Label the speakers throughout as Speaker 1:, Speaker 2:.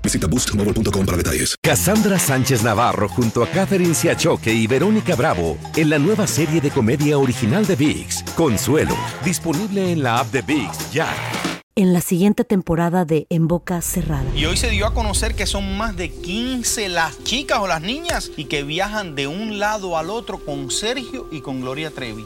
Speaker 1: Visita boostmobile.com para detalles.
Speaker 2: Cassandra Sánchez Navarro junto a Catherine Siachoque y Verónica Bravo en la nueva serie de comedia original de VIX, Consuelo, disponible en la app de VIX ya.
Speaker 3: En la siguiente temporada de En Boca Cerrada.
Speaker 4: Y hoy se dio a conocer que son más de 15 las chicas o las niñas y que viajan de un lado al otro con Sergio y con Gloria Trevi.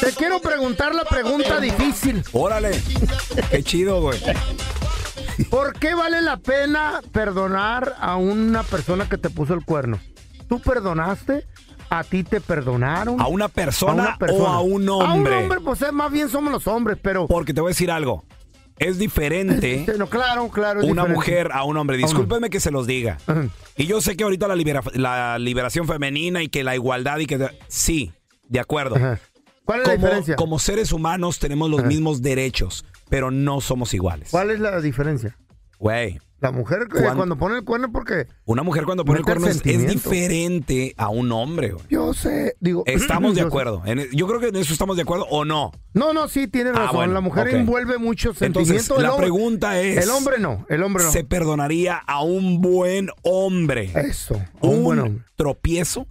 Speaker 5: Te quiero preguntar la pregunta difícil.
Speaker 6: Órale. Qué chido, güey.
Speaker 5: ¿Por qué vale la pena perdonar a una persona que te puso el cuerno? ¿Tú perdonaste? ¿A ti te perdonaron?
Speaker 6: ¿A una persona, o a un hombre?
Speaker 5: A un hombre, pues es más bien somos los hombres, pero...
Speaker 6: Porque te voy a decir algo. Es diferente
Speaker 5: No, claro, claro. es
Speaker 6: una
Speaker 5: diferente.
Speaker 6: mujer a un hombre.
Speaker 5: A un hombre.
Speaker 6: Discúlpenme que se los diga.
Speaker 5: Ajá.
Speaker 6: Y yo sé que ahorita la, libera- la liberación femenina y que la igualdad y que... Sí, de acuerdo.
Speaker 5: Ajá. ¿Cuál es la
Speaker 6: Como,
Speaker 5: diferencia?
Speaker 6: como seres humanos tenemos los mismos derechos, pero no somos iguales.
Speaker 5: ¿Cuál es la diferencia?
Speaker 6: Güey,
Speaker 5: La mujer que
Speaker 6: ¿Cuán-
Speaker 5: cuando pone el cuerno porque
Speaker 6: una mujer cuando pone el
Speaker 5: Mete el
Speaker 6: cuerno es, es
Speaker 5: sentimiento.
Speaker 6: diferente a un hombre, güey.
Speaker 5: yo sé, digo,
Speaker 6: Estamos de
Speaker 5: yo sé.
Speaker 6: acuerdo. En- e, yo creo que en eso estamos de acuerdo o no.
Speaker 5: No, no, sí tiene
Speaker 6: Ah,
Speaker 5: razón.
Speaker 6: bueno,
Speaker 5: la mujer
Speaker 6: ok.
Speaker 5: envuelve mucho sentimiento.
Speaker 6: Entonces,
Speaker 5: el
Speaker 6: la
Speaker 5: hombre-
Speaker 6: pregunta es...
Speaker 5: El hombre no, el hombre no.
Speaker 6: se perdonaría a un buen hombre.
Speaker 5: Eso, a un buen hombre. Pues,
Speaker 6: tropiezo.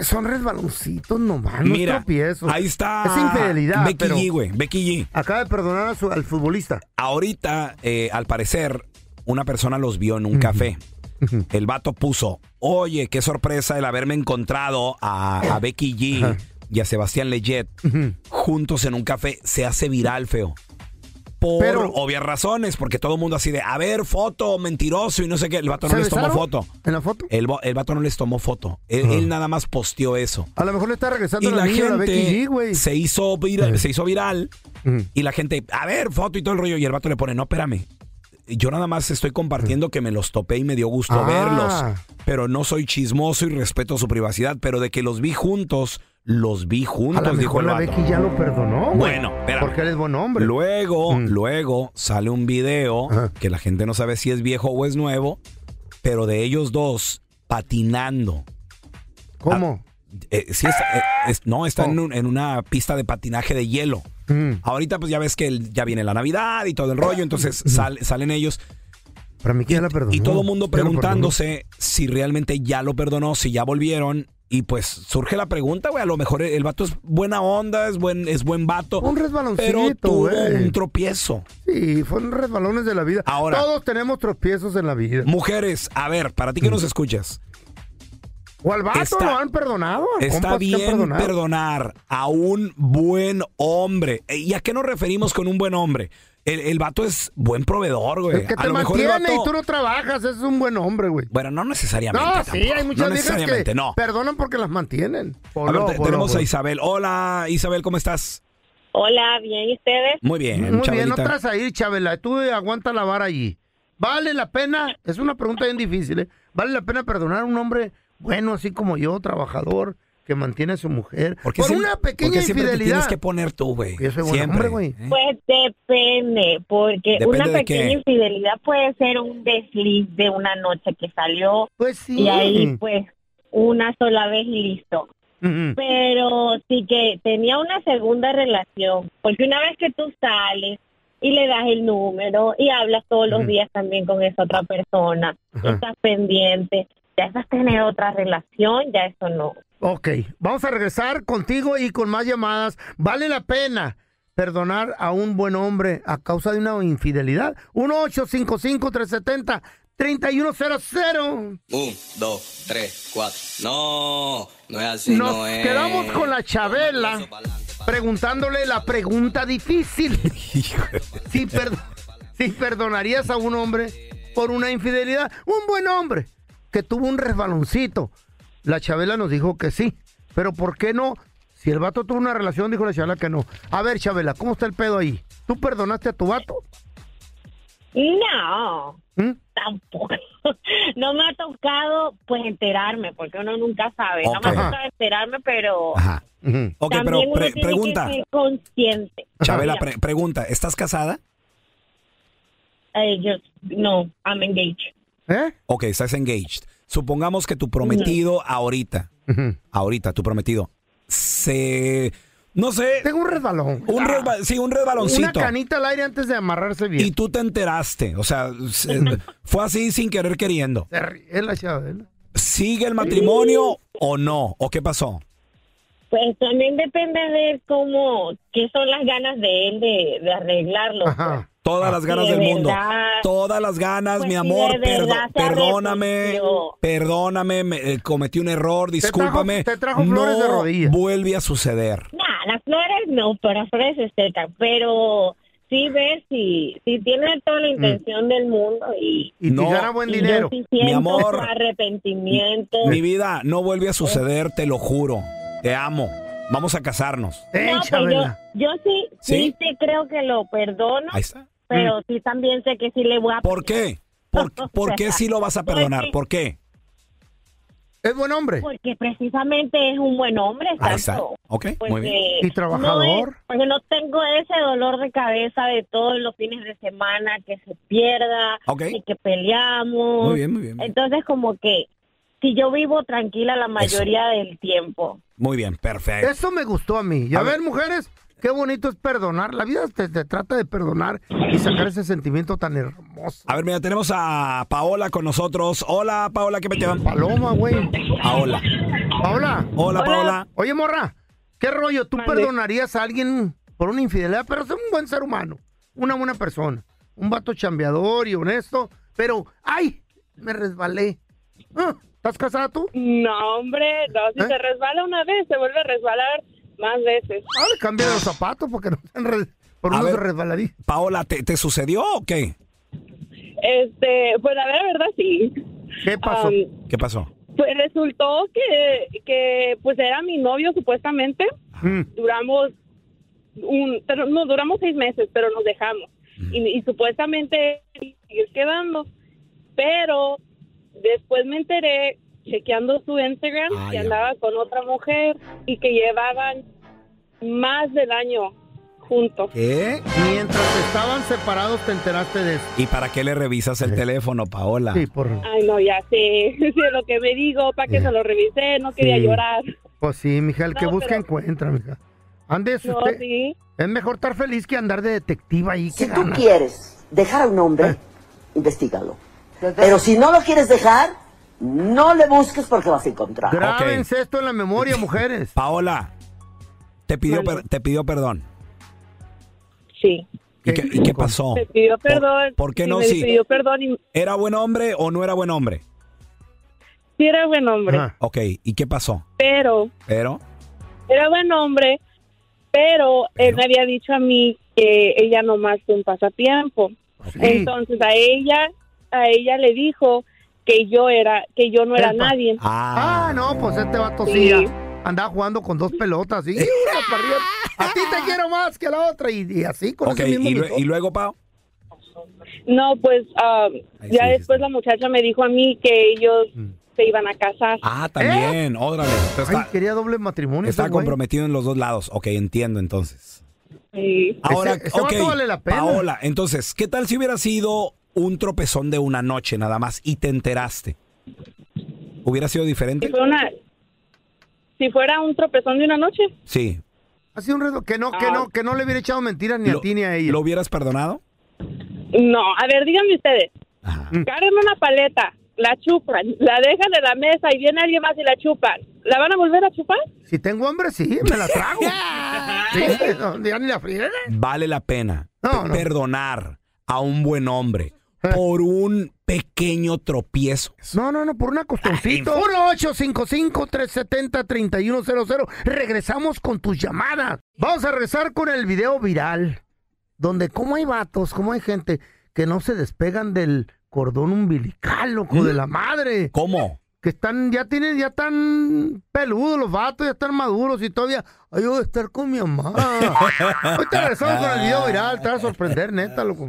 Speaker 5: Son resbaloncitos nomás, no
Speaker 6: Mira,
Speaker 5: tropiezos.
Speaker 6: ahí está.
Speaker 5: Es infidelidad,
Speaker 6: Becky
Speaker 5: pero
Speaker 6: G, güey. Becky G.
Speaker 5: acaba de perdonar a su- al futbolista.
Speaker 6: Ahorita, eh, al parecer, una persona los vio en un café. El vato puso, oye, qué sorpresa el haberme encontrado a, a Becky G y a Sebastián Leyet juntos en un café. Se hace viral, feo. Por
Speaker 5: Pero-
Speaker 6: obvias razones, porque todo el mundo así de, a ver, foto, mentiroso y no sé qué. El vato no
Speaker 5: ¿Se
Speaker 6: les tomó
Speaker 5: besaron
Speaker 6: foto.
Speaker 5: ¿En la foto?
Speaker 6: El, va- el vato no les tomó foto. Él, él nada más posteó eso.
Speaker 5: A lo mejor le está regresando
Speaker 6: Y la
Speaker 5: la, niña Ah, a la Becky
Speaker 6: gente
Speaker 5: G, güey.
Speaker 6: se hizo, viral, se hizo viral.
Speaker 5: Ujú.
Speaker 6: Y la gente, a ver, foto y todo el rollo. Y el vato le pone, no, espérame. Yo nada más estoy compartiendo que me los topé y me dio gusto
Speaker 5: Ah.
Speaker 6: verlos. Pero no soy chismoso y respeto su privacidad. Pero de que los vi juntos, los vi
Speaker 5: A lo
Speaker 6: juntos, pues dijo
Speaker 5: mejor
Speaker 6: el
Speaker 5: la
Speaker 6: vato.
Speaker 5: Becky ya lo perdonó, güey.
Speaker 6: Bueno, espérame.
Speaker 5: Porque él es buen hombre.
Speaker 6: Luego,
Speaker 5: Mm.
Speaker 6: luego sale un video
Speaker 5: Ajá.
Speaker 6: que la gente no sabe si es viejo o es nuevo, pero de ellos dos patinando.
Speaker 5: ¿Cómo?
Speaker 6: Eh, sí está- eh, es- no, está
Speaker 5: Oh.
Speaker 6: en, un- en una pista de patinaje de hielo.
Speaker 5: Mm. Ah.
Speaker 6: Ahorita pues ya ves que el- ya viene la Navidad y todo el rollo, entonces sal- salen ellos
Speaker 5: Para mí que ya la perdonó.
Speaker 6: y todo el mundo
Speaker 5: Ya la perdonó.
Speaker 6: preguntándose si realmente ya lo perdonó, si ya volvieron. Y pues surge la pregunta, güey, a lo mejor el vato es buena onda, es buen, es buen vato.
Speaker 5: Un resbaloncito,
Speaker 6: Pero tuvo
Speaker 5: güey.
Speaker 6: un tropiezo.
Speaker 5: Sí, fueron resbalones de la vida.
Speaker 6: Ahora-
Speaker 5: Todos tenemos tropiezos en la vida.
Speaker 6: Mujeres, a ver, para ti que nos escuchas,
Speaker 5: O al vato
Speaker 6: Está-
Speaker 5: lo han perdonado. a
Speaker 6: está
Speaker 5: compas que han
Speaker 6: bien
Speaker 5: perdonado.
Speaker 6: perdonar a un buen hombre. Eh, ¿Y a qué nos referimos con un buen hombre? El, el vato es buen proveedor, güey.
Speaker 5: El que
Speaker 6: a
Speaker 5: te
Speaker 6: lo mejor el
Speaker 5: mantiene
Speaker 6: vato...
Speaker 5: y tú no trabajas, es un buen hombre, güey.
Speaker 6: Bueno, no necesariamente.
Speaker 5: No, sí,
Speaker 6: tampoco.
Speaker 5: hay
Speaker 6: No
Speaker 5: muchas viejas
Speaker 6: necesariamente,
Speaker 5: que
Speaker 6: no.
Speaker 5: perdonan porque las mantienen.
Speaker 6: A ver,
Speaker 5: Voló,
Speaker 6: te-
Speaker 5: voló,
Speaker 6: tenemos a
Speaker 5: voló.
Speaker 6: Isabel. Hola, Isabel, ¿cómo estás?
Speaker 7: Hola, bien, ¿y ustedes?
Speaker 6: Muy bien,
Speaker 5: Muy bien, no
Speaker 6: Chabelita.
Speaker 5: traes ahí, Chabela. Tú aguanta la vara allí. ¿Vale la pena? Es una pregunta bien difícil, ¿eh? ¿Vale la pena perdonar a un hombre bueno, así como yo, trabajador, que mantiene a su mujer
Speaker 6: ¿Por
Speaker 5: por,
Speaker 6: qué siempre-
Speaker 5: una
Speaker 6: por
Speaker 5: pequeña
Speaker 6: qué siempre te
Speaker 5: infidelidad.
Speaker 6: tienes que poner tú, güey?
Speaker 5: Yo soy buen
Speaker 6: Siempre,
Speaker 5: hombre, güey.
Speaker 6: ¿eh?
Speaker 8: Pues depende, porque
Speaker 6: Depende
Speaker 8: una
Speaker 6: de qué.
Speaker 8: pequeña infidelidad puede ser un desliz de una noche que salió
Speaker 5: Pues sí.
Speaker 8: y
Speaker 6: Mm.
Speaker 8: ahí pues una sola vez y listo.
Speaker 5: Ujú.
Speaker 8: Pero sí que tenía una segunda relación, porque una vez que tú sales y le das el número y hablas todos los
Speaker 5: Ujú.
Speaker 8: días también con esa otra persona,
Speaker 5: Ajá.
Speaker 8: estás pendiente, ya estás tener otra relación, ya eso no.
Speaker 5: Ok, vamos a regresar contigo y con más llamadas. ¿Vale la pena perdonar a un buen hombre a causa de una infidelidad? 1-855-370-3100.
Speaker 9: Un, dos, tres, cuatro. No, no es así,
Speaker 5: Nos
Speaker 9: no es.
Speaker 5: quedamos con la Chabela preguntándole la pregunta difícil. si, per- si perdonarías a un hombre por una infidelidad, un buen hombre que tuvo un resbaloncito. La Chabela nos dijo que sí, pero ¿por qué no? Si el vato tuvo una relación, dijo la Chabela que no. A ver, Chabela, ¿cómo está el pedo ahí? ¿Tú perdonaste a tu vato?
Speaker 8: No,
Speaker 5: ¿Mm?
Speaker 8: tampoco. No me ha tocado pues enterarme, porque uno nunca sabe. No me
Speaker 6: Ok.
Speaker 8: ha tocado enterarme, pero
Speaker 6: Ajá.
Speaker 5: Ujú.
Speaker 6: Ok, pero
Speaker 8: también
Speaker 6: pre-
Speaker 8: uno tiene
Speaker 6: pregunta,
Speaker 8: que ser consciente.
Speaker 6: Chabela,
Speaker 8: Mira,
Speaker 6: pre- pregunta, ¿estás casada?
Speaker 8: eh, yo, no, I'm engaged.
Speaker 5: ¿Eh?
Speaker 6: Ok, estás engaged. Supongamos que tu prometido ahorita,
Speaker 5: Ujú.
Speaker 6: ahorita, tu prometido, se... No sé,
Speaker 5: Tengo un resbalón.
Speaker 8: Ah.
Speaker 6: un resba- sí, un
Speaker 5: Una
Speaker 6: resbaloncito.
Speaker 5: canita al aire antes de amarrarse bien.
Speaker 6: Y tú te enteraste, o sea, se- fue así sin querer queriendo.
Speaker 5: Se ríe la Chabela.
Speaker 6: ¿Sigue el matrimonio o no? ¿O qué pasó?
Speaker 8: Pues también depende de cómo, qué son las ganas de él de, de arreglarlo. pues.
Speaker 5: Ajá.
Speaker 6: Todas las ganas
Speaker 8: de
Speaker 6: del mundo.
Speaker 8: verdad.
Speaker 6: Todas las ganas,
Speaker 8: Pues
Speaker 6: mi
Speaker 8: sí,
Speaker 6: amor.
Speaker 8: de verdad
Speaker 6: perdo-
Speaker 8: se
Speaker 6: perdóname.
Speaker 8: arrepintió.
Speaker 6: Perdóname. me- eh, cometí un error.
Speaker 5: trajo-
Speaker 6: Discúlpame.
Speaker 5: te trajo flores
Speaker 6: no
Speaker 5: de rodillas.
Speaker 6: Vuelve a suceder.
Speaker 8: Pues. Nah, las flores no, pero las flores se secan, pero sí ver si, si tiene toda la intención del mundo y...
Speaker 5: Y
Speaker 6: Mm. No.
Speaker 5: te gana buen
Speaker 8: y
Speaker 5: dinero.
Speaker 8: yo sí
Speaker 6: Mi
Speaker 8: siento
Speaker 6: amor.
Speaker 8: arrepentimiento.
Speaker 6: Mi vida, no vuelve a suceder, te lo juro. Te amo. Vamos a casarnos.
Speaker 5: Ten,
Speaker 8: No, pues
Speaker 5: Chabela.
Speaker 8: yo, yo sí,
Speaker 6: ¿Sí?
Speaker 8: sí, sí creo que lo perdono,
Speaker 6: Ahí está. Mm.
Speaker 8: pero sí también sé que sí le voy a...
Speaker 6: ¿Por qué? ¿Por, por qué sí lo vas a
Speaker 8: Pues
Speaker 6: perdonar? ¿Por qué?
Speaker 5: Es buen hombre.
Speaker 8: Porque precisamente es un buen hombre,
Speaker 6: Ahí está.
Speaker 8: exacto.
Speaker 6: Ok, muy
Speaker 8: Porque
Speaker 6: bien.
Speaker 5: Y trabajador.
Speaker 8: Pues, eh, No es- porque no tengo ese dolor de cabeza de todos los fines de semana que se pierda
Speaker 6: Ok.
Speaker 8: y que peleamos.
Speaker 6: Muy bien, muy bien.
Speaker 8: Entonces, como que si yo vivo tranquila la mayoría del tiempo.
Speaker 6: Muy bien, perfecto.
Speaker 5: Eso me gustó a mí. Y Eh. a,
Speaker 6: A
Speaker 5: ver,
Speaker 6: ver.
Speaker 5: mujeres, qué bonito es perdonar. La vida te, te trata de perdonar y sacar ese sentimiento tan hermoso.
Speaker 6: A ver, mira, tenemos a Paola con nosotros. Hola, Paola, ¿qué me te va?
Speaker 5: Paloma, güey.
Speaker 6: Paola.
Speaker 5: Paola.
Speaker 6: Hola, Paola.
Speaker 5: Oye, morra, ¿qué rollo? ¿Tú
Speaker 8: Mande.
Speaker 5: perdonarías a alguien por una infidelidad? Pero es un buen ser humano, una buena persona, un vato chambeador y honesto. Pero, ¡ay! Me resbalé. Ah, ¿Estás casada tú?
Speaker 8: No, hombre, no, si
Speaker 5: ¿Eh? se
Speaker 8: resbala una vez, se vuelve a resbalar más veces.
Speaker 5: Ah, le cambia los zapatos porque no se han por
Speaker 6: A
Speaker 5: unos
Speaker 6: ver.
Speaker 5: resbaladí.
Speaker 6: Paola, ¿te, te sucedió o qué?
Speaker 8: Este, pues la verdad sí.
Speaker 5: ¿Qué pasó?
Speaker 6: ¿Qué pasó?
Speaker 8: pues resultó que, que pues era mi novio supuestamente.
Speaker 5: Mm.
Speaker 8: duramos un pero no duramos seis meses pero nos dejamos y, y supuestamente seguir quedando pero después me enteré chequeando su Instagram
Speaker 6: Ah,
Speaker 8: que
Speaker 6: ya.
Speaker 8: andaba con otra mujer y que llevaban más del año juntos
Speaker 6: ¿Qué?
Speaker 5: Mientras estaban separados te enteraste de eso.
Speaker 6: ¿Y para qué le revisas el teléfono, Paola?
Speaker 5: Sí, por...
Speaker 8: ay no ya sé sé lo que me digo para que
Speaker 6: Eh.
Speaker 5: Sí.
Speaker 8: se lo revisé no quería
Speaker 5: Sí.
Speaker 8: llorar
Speaker 5: Pues sí, mija, el que
Speaker 8: No,
Speaker 5: busca
Speaker 8: pero-
Speaker 5: encuentra, mija. Andes,
Speaker 8: no
Speaker 5: usted,
Speaker 8: sí
Speaker 5: es mejor estar feliz que andar de detectiva ahí.
Speaker 10: Si
Speaker 5: ¿qué
Speaker 10: tú
Speaker 5: ganas?
Speaker 10: quieres dejar a un
Speaker 5: Eh.
Speaker 10: hombre, investigalo. Pero si no lo quieres dejar, no le busques porque vas a encontrar.
Speaker 5: Grábense esto en la memoria, mujeres.
Speaker 6: Paola, te pidió,
Speaker 8: Mande.
Speaker 6: per- te pidió perdón.
Speaker 8: sí
Speaker 6: ¿Y
Speaker 5: ¿Qué?
Speaker 6: qué, y qué pasó?
Speaker 8: me pidió
Speaker 6: ¿Por-
Speaker 8: perdón
Speaker 6: ¿Por, qué
Speaker 8: y
Speaker 6: no?
Speaker 8: me
Speaker 6: Si
Speaker 8: pidió perdón y
Speaker 6: era buen hombre o no era buen hombre.
Speaker 8: sí era buen hombre
Speaker 5: Ajá.
Speaker 6: Ok, ¿y qué pasó?
Speaker 8: pero
Speaker 6: Pero,
Speaker 8: era buen hombre, pero él
Speaker 6: Pero.
Speaker 8: me había dicho a mí que ella nomás fue un pasatiempo.
Speaker 5: Sí.
Speaker 8: Entonces a ella, a ella le dijo que yo era, que yo no era
Speaker 5: Epa.
Speaker 8: nadie.
Speaker 6: ah,
Speaker 5: Ah, no, pues este vato sí.
Speaker 8: Sí.
Speaker 5: ya Andaba jugando con dos pelotas.
Speaker 6: Eh,
Speaker 5: Y una para arriba. A ti te quiero más que a la otra. Y, y así con
Speaker 6: ok,
Speaker 5: ese mismo
Speaker 6: y, lue-
Speaker 5: bigotón.
Speaker 6: y luego, Pao,
Speaker 8: No, pues ah,
Speaker 6: Ahí sí
Speaker 8: ya
Speaker 6: dijiste.
Speaker 8: después la muchacha me dijo a mí que ellos
Speaker 7: se iban a casar.
Speaker 6: Mm. Ah, también, órale. Entonces
Speaker 5: ¿Eh? Ay,
Speaker 6: está,
Speaker 5: quería doble matrimonio.
Speaker 6: está
Speaker 5: ese güey.
Speaker 6: comprometido en los dos lados. Ok, entiendo entonces.
Speaker 7: Sí.
Speaker 6: Ahora,
Speaker 5: Ese- ese
Speaker 6: ok,
Speaker 5: vato vale la pena.
Speaker 6: Paola, entonces, ¿qué tal si hubiera sido un tropezón de una noche nada más y te enteraste? ¿Hubiera sido
Speaker 7: Si
Speaker 6: diferente?
Speaker 7: fuera, una- si fuera un tropezón de una noche,
Speaker 6: Sí.
Speaker 5: Ha sido un reto que no,
Speaker 8: Ah,
Speaker 5: que no, que no le hubiera echado mentiras ni a ti ni a ella.
Speaker 6: ¿Lo hubieras perdonado?
Speaker 7: no. A ver, díganme ustedes.
Speaker 5: Mm.
Speaker 7: Cargan una paleta, la chupan, la dejan en la mesa y viene alguien más y la chupan. ¿La van a volver a chupar?
Speaker 5: Si tengo hambre, sí, me la trago.
Speaker 11: Ah.
Speaker 5: Sí, no, ya ni la friegue.
Speaker 6: ¿Eh? Vale la pena
Speaker 5: No,
Speaker 6: pe-
Speaker 5: no. Eh.
Speaker 6: perdonar a un buen hombre por un pequeño tropiezo.
Speaker 5: No, no, no, por un acostoncito. 1-855-370-3100. Regresamos con tus llamadas. Vamos a regresar con el video viral. Donde cómo hay vatos, cómo hay gente que no se despegan del cordón umbilical, loco, de la madre.
Speaker 6: ¿Cómo?
Speaker 5: Que están, ya tienen, ya están peludos los vatos, ya están maduros y todavía. Ay, yo voy a estar con mi mamá. Ahorita regresamos con el video viral, te va a sorprender, neta, loco.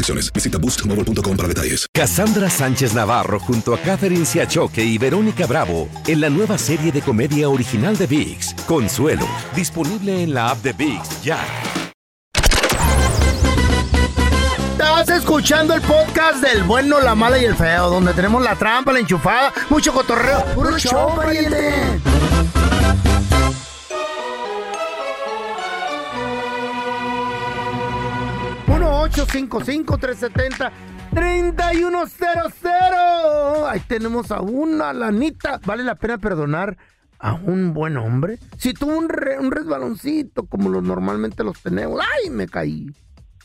Speaker 1: Visita boostmobile.com para detalles.
Speaker 2: Cassandra Sánchez Navarro junto a Catherine Siachoque y Verónica Bravo en la nueva serie de comedia original de VIX, Consuelo, disponible en la app de VIX ya.
Speaker 5: Estás escuchando el podcast del bueno, la mala y el feo, donde tenemos la trampa, la enchufada, mucho cotorreo. ¡Puro show, pariente! ¡3100! Ahí tenemos a una lanita. ¿Vale la pena perdonar a un buen hombre? Si tuvo un, re- un resbaloncito como los normalmente los tenemos. ¡Ay, me caí!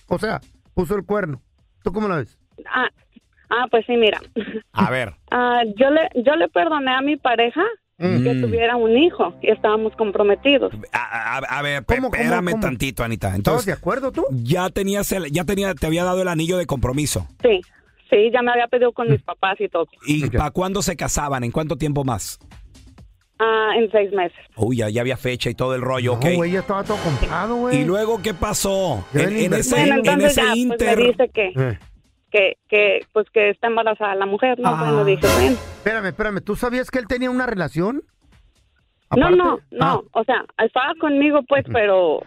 Speaker 5: O sea, puso el cuerno. ¿Tú cómo la ves?
Speaker 7: Ah, ah pues sí, mira.
Speaker 6: A ver.
Speaker 7: Ah, yo, le, yo le perdoné a mi pareja
Speaker 6: Mm.
Speaker 7: que tuviera un hijo y estábamos comprometidos.
Speaker 6: A, a- a ver, pe-
Speaker 5: ¿Cómo, cómo,
Speaker 6: espérame
Speaker 5: cómo?
Speaker 6: tantito, Anita.
Speaker 5: ¿Estabas de
Speaker 6: Entonces,
Speaker 5: acuerdo tú?
Speaker 6: ya tenías el- ya tenía, te había dado el anillo de compromiso.
Speaker 7: Sí, sí, ya me había pedido con
Speaker 6: Mm.
Speaker 7: mis papás y todo.
Speaker 6: ¿Y para cuándo se casaban? ¿En cuánto tiempo más?
Speaker 7: Ah, en seis meses.
Speaker 6: Uy, ya, ya había fecha y todo el rollo, ok.
Speaker 5: No, güey, ya estaba todo comprado, güey.
Speaker 6: ¿Y luego qué pasó?
Speaker 5: Ya
Speaker 6: En,
Speaker 5: le
Speaker 6: en ese,
Speaker 7: Bueno,
Speaker 6: en
Speaker 7: entonces
Speaker 6: ese
Speaker 7: ya, pues
Speaker 6: inter.
Speaker 7: me dice que,
Speaker 5: Eh.
Speaker 7: que, que, pues que está embarazada la mujer, ¿no? pues,
Speaker 5: Ah.
Speaker 7: Bueno, dije, bueno.
Speaker 5: Espérame, espérame. ¿Tú sabías que él tenía una relación?
Speaker 7: No,
Speaker 5: Aparte-
Speaker 6: ah.
Speaker 7: no, no, o sea, estaba conmigo pues, pero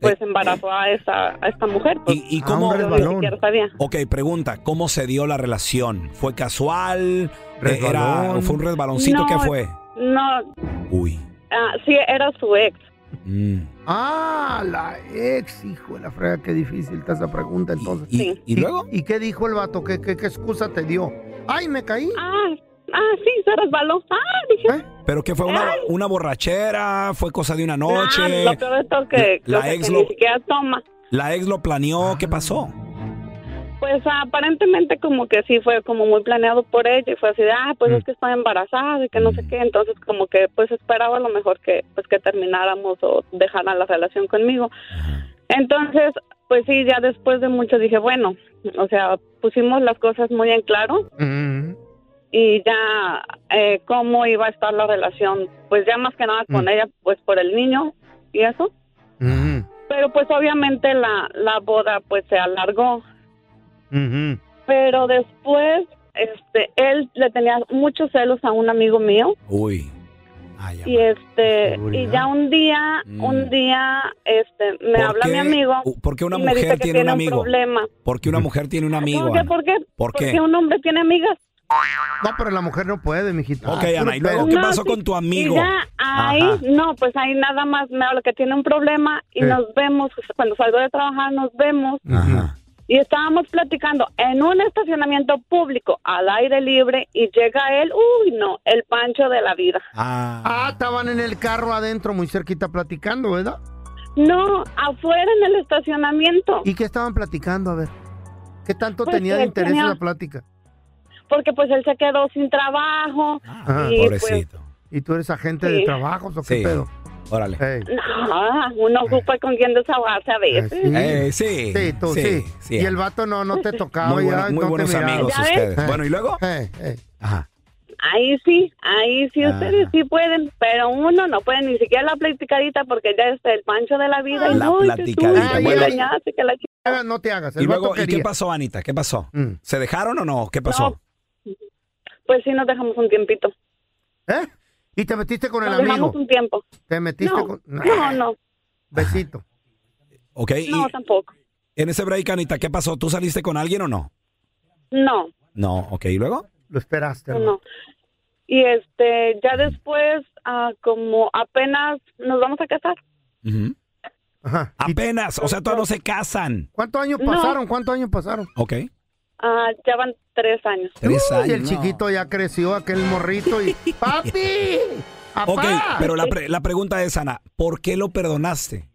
Speaker 7: pues embarazó a esta, a esta mujer, pues
Speaker 6: Eh, ¿Y, y
Speaker 5: Ah,
Speaker 6: cómo?
Speaker 5: un
Speaker 7: yo ni
Speaker 5: resbalón.
Speaker 7: siquiera sabía.
Speaker 6: Ok, pregunta, ¿cómo se dio la relación? ¿Fue casual? Eh,
Speaker 5: Resbalón.
Speaker 6: Era, ¿Fue un resbaloncito?
Speaker 7: No.
Speaker 6: ¿Qué fue?
Speaker 7: No,
Speaker 6: Uy.
Speaker 7: ah, sí, era su ex.
Speaker 6: mm.
Speaker 5: Ah, la ex, hijo de la frega. Qué difícil está esa pregunta, entonces.
Speaker 6: ¿Y,
Speaker 7: Sí.
Speaker 6: y luego?
Speaker 5: ¿Y qué dijo el vato? ¿Qué, qué, qué excusa te dio? ¡Ay, me caí!
Speaker 7: Ah, ah, sí, se resbaló. Ah, dije,
Speaker 5: ¿Eh?
Speaker 6: ¿Pero qué fue? ¿Una, una borrachera? ¿Fue cosa de una noche?
Speaker 7: ah, lo peor de todo que,
Speaker 6: La
Speaker 7: lo que-
Speaker 6: ex
Speaker 7: que
Speaker 6: lo-
Speaker 7: ni siquiera toma.
Speaker 6: ¿La ex lo planeó? ¿Qué pasó?
Speaker 7: Pues aparentemente como que sí fue como muy planeado por ella y fue así de, ah, pues
Speaker 6: Mm.
Speaker 7: es que estoy embarazada y que no sé qué, entonces como que pues esperaba a lo mejor que pues que termináramos o dejaran la relación conmigo. Entonces, pues sí, ya después de mucho dije, bueno, o sea, pusimos las cosas muy en claro
Speaker 5: Mm.
Speaker 7: y ya eh, cómo iba a estar la relación, pues ya más que nada con
Speaker 6: Mm.
Speaker 7: ella, pues por el niño y eso.
Speaker 5: Mm.
Speaker 7: Pero pues obviamente la, la boda pues se alargó
Speaker 5: Mhm.
Speaker 7: pero después este él le tenía muchos celos a un amigo mío
Speaker 6: Uy. Ah, ya.
Speaker 7: y este
Speaker 5: Seguridad.
Speaker 7: y ya un día
Speaker 6: Mm.
Speaker 7: un día este me
Speaker 6: ¿Por
Speaker 7: habla
Speaker 6: qué-
Speaker 7: mi amigo
Speaker 6: u- por qué una
Speaker 7: y me dice
Speaker 6: mujer
Speaker 7: que
Speaker 6: tiene un amigo?
Speaker 7: problema
Speaker 6: ¿Por qué una mujer tiene un amigo?
Speaker 7: ¿Por qué?
Speaker 6: Ana?
Speaker 7: ¿Por qué?
Speaker 6: ¿Por qué?
Speaker 7: Porque un hombre tiene amigas
Speaker 5: No, pero la mujer no puede, mijito.
Speaker 6: Ok, Ana, ¿y luego
Speaker 7: No,
Speaker 6: qué pasó
Speaker 7: sí,
Speaker 6: con tu amigo?
Speaker 7: Mira, ahí,
Speaker 6: Ajá.
Speaker 7: no, pues ahí nada más me habla que tiene un problema y
Speaker 6: Eh.
Speaker 7: nos vemos, cuando salgo de trabajar nos vemos
Speaker 6: Ajá.
Speaker 7: y estábamos platicando en un estacionamiento público al aire libre y llega él, uy, no, el pancho de la vida.
Speaker 6: Ah.
Speaker 5: estaban en el carro adentro, muy cerquita, platicando, ¿verdad?
Speaker 7: No, afuera en el estacionamiento.
Speaker 5: ¿Y qué estaban platicando? A ver. ¿Qué tanto
Speaker 7: Pues
Speaker 5: tenía de
Speaker 7: él
Speaker 5: interés
Speaker 7: tenía-
Speaker 5: la plática?
Speaker 7: Porque pues él se quedó sin trabajo.
Speaker 5: Ajá.
Speaker 7: y pues,
Speaker 5: ¿Y tú eres agente
Speaker 7: Sí.
Speaker 5: de trabajos o qué
Speaker 6: Sí.
Speaker 5: pedo?
Speaker 6: Órale.
Speaker 7: no, uno ocupa con quien desahogarse a veces.
Speaker 6: Eh, sí.
Speaker 5: Sí, tú, sí.
Speaker 6: sí, sí.
Speaker 5: y el vato no, no te tocaba
Speaker 6: Muy
Speaker 5: ya,
Speaker 6: bueno- muy
Speaker 5: no te
Speaker 6: buenos
Speaker 5: miraba.
Speaker 6: amigos
Speaker 7: ¿Ya ves?
Speaker 6: ustedes. Bueno, ¿y luego?
Speaker 5: Eh, eh.
Speaker 6: Ajá.
Speaker 7: Ahí sí, ahí sí
Speaker 6: Ah.
Speaker 7: ustedes sí pueden, pero uno no puede ni siquiera la platicadita porque ya está el pancho de la vida. y
Speaker 6: La
Speaker 7: no, y que tú,
Speaker 6: platicadita,
Speaker 7: y que
Speaker 6: bueno.
Speaker 7: la ñaca, que la chi-
Speaker 5: Hagas, No te hagas. El
Speaker 6: ¿Y luego
Speaker 5: vato
Speaker 6: ¿y
Speaker 5: quería. Mm.
Speaker 6: qué pasó, Anita? ¿Qué pasó? ¿Se dejaron o no? ¿Qué pasó?
Speaker 7: Pues sí, nos dejamos un tiempito.
Speaker 5: ¿Eh? ¿Y te metiste con el
Speaker 7: Nos
Speaker 5: amigo?
Speaker 7: dejamos un tiempo.
Speaker 5: ¿Te metiste
Speaker 7: No,
Speaker 5: con.?
Speaker 7: no, no,
Speaker 5: Besito.
Speaker 6: Ok, y
Speaker 7: no, tampoco.
Speaker 6: en ese break, Anita, ¿qué pasó? ¿Tú saliste con alguien o no?
Speaker 7: No,
Speaker 6: No, ok, ¿y luego?
Speaker 5: Lo esperaste.
Speaker 7: no,
Speaker 5: hermano.
Speaker 7: no. Y este, ya después, ah, como apenas nos vamos a casar.
Speaker 6: Ujú.
Speaker 5: Ajá.
Speaker 6: Apenas, o sea, todavía no se casan.
Speaker 5: ¿Cuántos años
Speaker 7: No.
Speaker 5: pasaron? ¿Cuántos años pasaron?
Speaker 6: Ok.
Speaker 7: Ah, ya van tres años.
Speaker 6: Tres
Speaker 5: Uy,
Speaker 6: años.
Speaker 5: el chiquito ya creció, aquel morrito y. ¡Papi! ¡Apá!
Speaker 6: Ok, pero la, pre- eh, la pregunta es, Ana, ¿por qué lo perdonaste?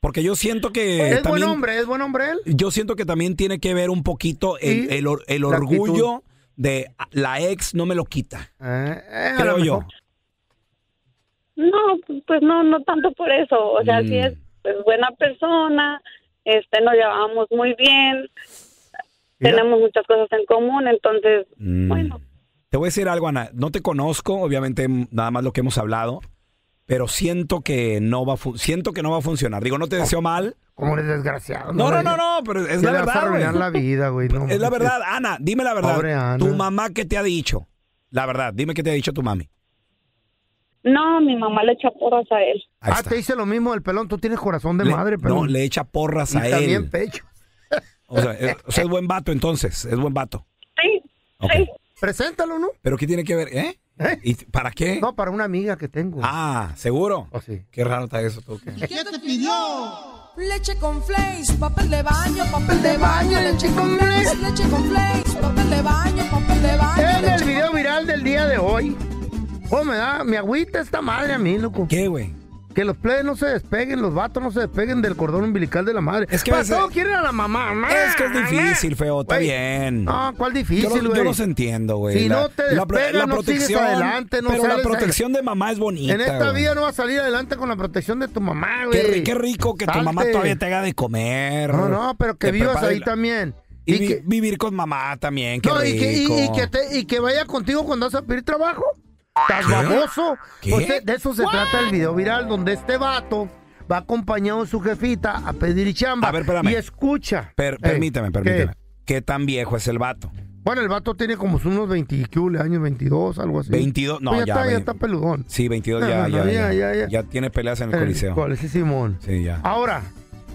Speaker 6: Porque yo siento que
Speaker 5: es buen
Speaker 6: también,
Speaker 5: hombre, es buen hombre él.
Speaker 6: yo siento que también tiene que ver un poquito el,
Speaker 5: Sí,
Speaker 6: el or- el
Speaker 5: la
Speaker 6: orgullo de "Ah, la ex no me lo quita,
Speaker 5: Eh, eh, a
Speaker 6: creo
Speaker 5: lo
Speaker 6: yo.
Speaker 5: mejor.
Speaker 7: No, pues no, no tanto por eso. O sea,
Speaker 6: Mm.
Speaker 7: sí es pues, buena persona, este, nos llevábamos muy bien,
Speaker 5: Mira.
Speaker 7: tenemos muchas cosas en común, entonces,
Speaker 6: Mm.
Speaker 7: bueno,
Speaker 6: Te voy a decir algo, Ana. No te conozco, obviamente, m- nada más lo que hemos hablado, pero siento que no va a fu- siento que no va a funcionar. Digo, no te deseo mal.
Speaker 5: Como eres desgraciado.
Speaker 6: No, no,
Speaker 5: hombre.
Speaker 6: no, no, pero es
Speaker 5: Ya
Speaker 6: la
Speaker 5: le vas a
Speaker 6: verdad. güey.
Speaker 5: arruinar la vida, güey. no
Speaker 6: Es la
Speaker 5: manches.
Speaker 6: verdad, Ana, dime la verdad.
Speaker 5: Pobre Ana.
Speaker 6: Tu mamá qué te ha dicho? La verdad, dime qué te ha dicho tu mami.
Speaker 7: no, mi mamá le echa porras a él.
Speaker 6: Ahí
Speaker 5: ah,
Speaker 6: está.
Speaker 5: te dice lo mismo el pelón. Tú tienes corazón de
Speaker 6: Le-
Speaker 5: madre,
Speaker 6: No,
Speaker 5: pelón.
Speaker 6: le echa porras
Speaker 5: y
Speaker 6: a
Speaker 5: también
Speaker 6: él.
Speaker 5: pecho.
Speaker 6: O sea, es, o sea, es buen vato entonces, es buen vato.
Speaker 7: Sí,
Speaker 6: Ok.
Speaker 7: sí,
Speaker 5: Preséntalo, ¿no?
Speaker 6: Pero ¿qué tiene que ver? ¿Eh?
Speaker 5: ¿Eh?
Speaker 6: ¿Y t- para qué?
Speaker 5: No, para una amiga que tengo.
Speaker 6: Ah, seguro.
Speaker 5: Oh, sí.
Speaker 6: Qué raro está eso. tú, que-
Speaker 12: ¿Qué te pidió? Leche con flakes, papel de baño, papel de baño, leche con flakes, leche con flakes, papel de baño, papel de baño.
Speaker 5: En el
Speaker 12: leche
Speaker 5: video viral del día de hoy. ¿Cómo me da? Me agüita esta madre a mí, loco.
Speaker 6: ¿Qué, güey?
Speaker 5: Que los plebes no se despeguen, los vatos no se despeguen del cordón umbilical de la madre.
Speaker 6: Es que a
Speaker 5: Para
Speaker 6: veces-
Speaker 5: todo quieren a la mamá. mamá,
Speaker 6: Es que es
Speaker 5: mamá.
Speaker 6: difícil, feo, está
Speaker 5: Güey,
Speaker 6: bien.
Speaker 5: No, ¿cuál
Speaker 6: Yo,
Speaker 5: difícil,
Speaker 6: lo-
Speaker 5: güey?
Speaker 6: yo los entiendo, güey.
Speaker 5: Si no te despegas, no sigues adelante, no
Speaker 6: Pero la
Speaker 5: sales a-
Speaker 6: protección de mamá es bonita.
Speaker 5: En esta
Speaker 6: güey.
Speaker 5: vida no vas a salir adelante con la protección de tu mamá,
Speaker 6: Qué,
Speaker 5: Ah, güey.
Speaker 6: ri- qué rico que tu
Speaker 5: Salte.
Speaker 6: mamá todavía te haga de comer.
Speaker 5: No, no, pero que
Speaker 6: te
Speaker 5: vivas
Speaker 6: prepare
Speaker 5: ahí
Speaker 6: la-
Speaker 5: también.
Speaker 6: Y,
Speaker 5: Y
Speaker 6: vi-
Speaker 5: que-
Speaker 6: vivir con mamá también, qué
Speaker 5: No, y que, y-
Speaker 6: rico.
Speaker 5: y que te- y que vaya contigo cuando vas a pedir trabajo. ¿Estás
Speaker 6: ¿Qué?
Speaker 5: baboso?
Speaker 6: ¿Qué?
Speaker 5: Pues de, de eso se trata el video viral, donde este vato va acompañado de su jefita a pedir chamba.
Speaker 6: A ver, espérame.
Speaker 5: Y escucha.
Speaker 6: Per-
Speaker 5: Eh,
Speaker 6: permíteme,
Speaker 5: ¿qué?
Speaker 6: permíteme. ¿Qué tan viejo es el vato?
Speaker 5: Bueno, el vato tiene como unos 20 y qué hule, años, 22, algo así.
Speaker 6: 22, no,
Speaker 5: Pues
Speaker 6: ya,
Speaker 5: está, ya
Speaker 6: ve-
Speaker 5: está peludón.
Speaker 6: Sí, 22
Speaker 5: No,
Speaker 6: ya,
Speaker 5: no,
Speaker 6: ya,
Speaker 5: no,
Speaker 6: ya,
Speaker 5: ya,
Speaker 6: ya,
Speaker 5: ya, ya.
Speaker 6: tiene peleas en el
Speaker 5: Eh,
Speaker 6: coliseo.
Speaker 5: ¿Cuál es ese Simón?
Speaker 6: Sí, ya.
Speaker 5: Ahora,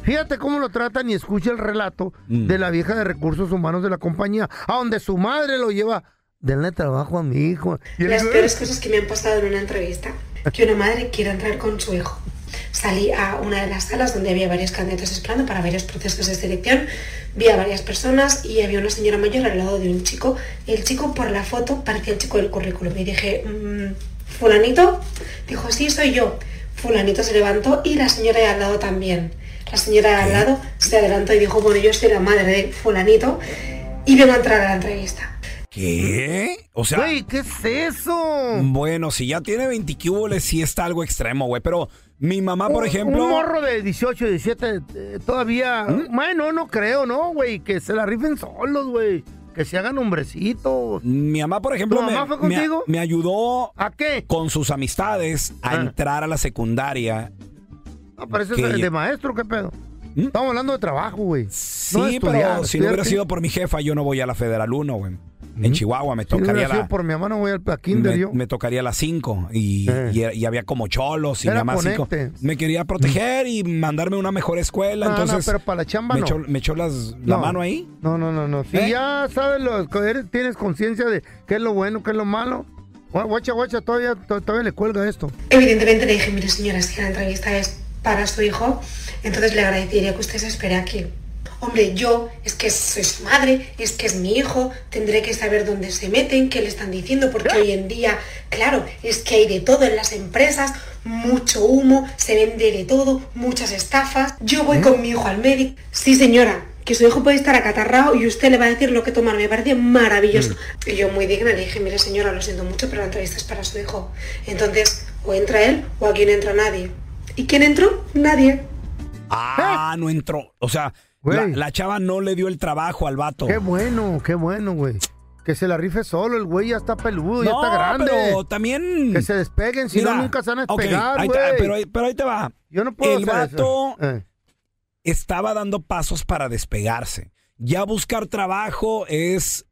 Speaker 5: fíjate cómo lo tratan y escucha el relato
Speaker 6: Mm.
Speaker 5: de la vieja de recursos humanos de la compañía, a donde su madre lo lleva. Denle trabajo a mi hijo. Y él
Speaker 13: Las
Speaker 5: dice,
Speaker 13: peores cosas que me han pasado en una entrevista, que una madre quiera entrar con su hijo. Salí a una de las salas donde había varios candidatos esperando para varios procesos de selección, vi a varias personas y había una señora mayor al lado de un chico. El chico por la foto parecía el chico del currículum y dije, "Mm, fulanito, dijo, sí, soy yo. Fulanito se levantó y la señora de al lado también. La señora de al lado se adelantó y dijo, bueno, yo soy la madre de fulanito y vengo a entrar a la entrevista.
Speaker 6: ¿Qué? O sea,
Speaker 5: Güey, ¿qué es eso?
Speaker 6: bueno, si ya tiene 20 cúboles, sí está algo extremo, güey. Pero mi mamá, Ah, por
Speaker 5: Un-
Speaker 6: ejemplo. ¿Mm?
Speaker 5: Un morro de 18, 17, eh, todavía. Bueno, no creo, ¿no, güey? Que se la rifen solos, güey. Que se hagan hombrecitos.
Speaker 6: Mi mamá, por ejemplo,
Speaker 5: ¿Tu
Speaker 6: me,
Speaker 5: mamá fue
Speaker 6: me-
Speaker 5: contigo?
Speaker 6: me ayudó
Speaker 5: ¿A qué?
Speaker 6: con sus amistades a
Speaker 5: Ah.
Speaker 6: entrar a la secundaria.
Speaker 5: No, parece
Speaker 6: que
Speaker 5: de,
Speaker 6: yo-
Speaker 5: de maestro, ¿qué pedo?
Speaker 6: ¿Mm?
Speaker 5: Estamos hablando de trabajo, güey.
Speaker 6: Sí,
Speaker 5: estudiar,
Speaker 6: pero si no
Speaker 5: estudiar,
Speaker 6: hubiera
Speaker 5: sí.
Speaker 6: sido por mi jefa, yo no voy a la Federal 1, güey. En Chihuahua me
Speaker 5: Si no
Speaker 6: tocaría
Speaker 5: hubiera sido
Speaker 6: la,
Speaker 5: por mi mamá no voy al pa' kinder
Speaker 6: me,
Speaker 5: yo. Eh.
Speaker 6: me tocaría las 5 y, y, era- y había como cholos y
Speaker 5: Era
Speaker 6: nada más cinco.
Speaker 5: ponerte.
Speaker 6: Me quería proteger y mandarme a una mejor escuela,
Speaker 5: No, no,
Speaker 6: entonces
Speaker 5: pero para la chamba
Speaker 6: me
Speaker 5: no.
Speaker 6: echó- me echó las, la
Speaker 5: No.
Speaker 6: mano ahí.
Speaker 5: No, no, no, no. Si
Speaker 6: ¿Eh?
Speaker 5: ya sabes, lo, que eres- tienes conciencia de qué es lo bueno, qué es lo malo. Gua- Guacha, guacha, todavía, to- todavía le cuelga esto.
Speaker 13: Evidentemente le dije, mire señora, si la entrevista es para su hijo, entonces le agradecería que usted se espere aquí. Hombre, yo es que soy su madre, es que es mi hijo, tendré que saber dónde se meten, qué le están diciendo, porque hoy en día, claro, es que hay de todo en las empresas, mucho humo, se vende de todo, muchas estafas. Yo voy
Speaker 11: ¿Eh?
Speaker 13: con mi hijo al médico. Sí, señora, que su hijo puede estar acatarrado y usted le va a decir lo que tomar, me parece maravilloso. Y yo muy digna le dije, mire señora, lo siento mucho, pero la entrevista es para su hijo. Entonces, o entra él o aquí no entra nadie. ¿Y quién entró? Nadie.
Speaker 6: Ah,
Speaker 5: Eh.
Speaker 6: no entró. O sea, la, la chava no le dio el trabajo al vato.
Speaker 5: Qué bueno, qué bueno, güey. Que se la rife solo, el güey ya está peludo, ya
Speaker 6: No,
Speaker 5: está grande.
Speaker 6: pero también.
Speaker 5: Que se despeguen, si
Speaker 6: Mira,
Speaker 5: no nunca se van a
Speaker 6: ok,
Speaker 5: despegar,
Speaker 6: ahí
Speaker 5: güey.
Speaker 6: te- pero, ahí- pero ahí te va.
Speaker 5: Yo no puedo
Speaker 6: El
Speaker 5: hacer eso. Eh.
Speaker 6: vato estaba dando pasos para despegarse. Ya buscar trabajo es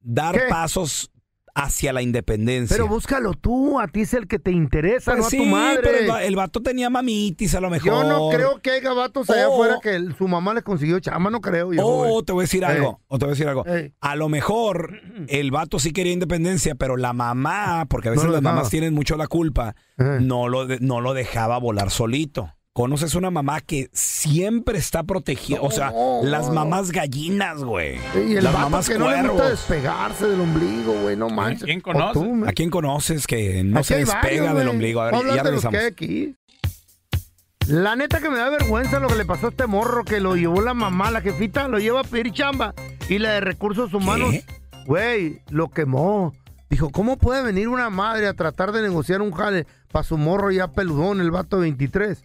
Speaker 6: dar pasos hacia la independencia.
Speaker 5: Pero búscalo tú, a ti es el que te interesa,
Speaker 6: Pues
Speaker 5: no a tu
Speaker 6: sí,
Speaker 5: madre.
Speaker 6: pero el, va- el vato tenía mamitis a lo mejor.
Speaker 5: Yo no creo que haya vatos allá
Speaker 6: O-
Speaker 5: afuera que el- su mamá le consiguió chama, no creo yo.
Speaker 6: O
Speaker 5: güey.
Speaker 6: oh, te voy a decir
Speaker 5: Eh.
Speaker 6: algo, o te voy a decir algo.
Speaker 5: Ey.
Speaker 6: A lo mejor el vato sí quería independencia, pero la mamá, porque a veces
Speaker 5: No lo
Speaker 6: las mamás
Speaker 5: dejaba.
Speaker 6: tienen mucho la culpa, no, lo de- no lo dejaba volar solito. Conoces una mamá que siempre está protegida, o sea, las mamás gallinas, güey.
Speaker 5: Y el
Speaker 6: las
Speaker 5: vato
Speaker 6: mamás
Speaker 5: que no le gusta
Speaker 6: cuervos.
Speaker 5: despegarse del ombligo, güey, no manches.
Speaker 6: quién
Speaker 5: O tú, man.
Speaker 6: ¿A quién conoces que no
Speaker 5: Aquí
Speaker 6: se
Speaker 5: hay
Speaker 6: despega
Speaker 5: varios,
Speaker 6: del
Speaker 5: güey.
Speaker 6: ombligo? A
Speaker 5: Vamos
Speaker 6: ver, ya
Speaker 5: hablar de los que
Speaker 6: regresamos.
Speaker 5: hay aquí. La neta que me da vergüenza lo que le pasó a este morro que lo llevó la mamá, la jefita, lo lleva a pedir chamba y la de recursos humanos, güey, lo quemó. Dijo, ¿cómo puede venir una madre a tratar de negociar un jale para su morro ya peludón, el vato de 23?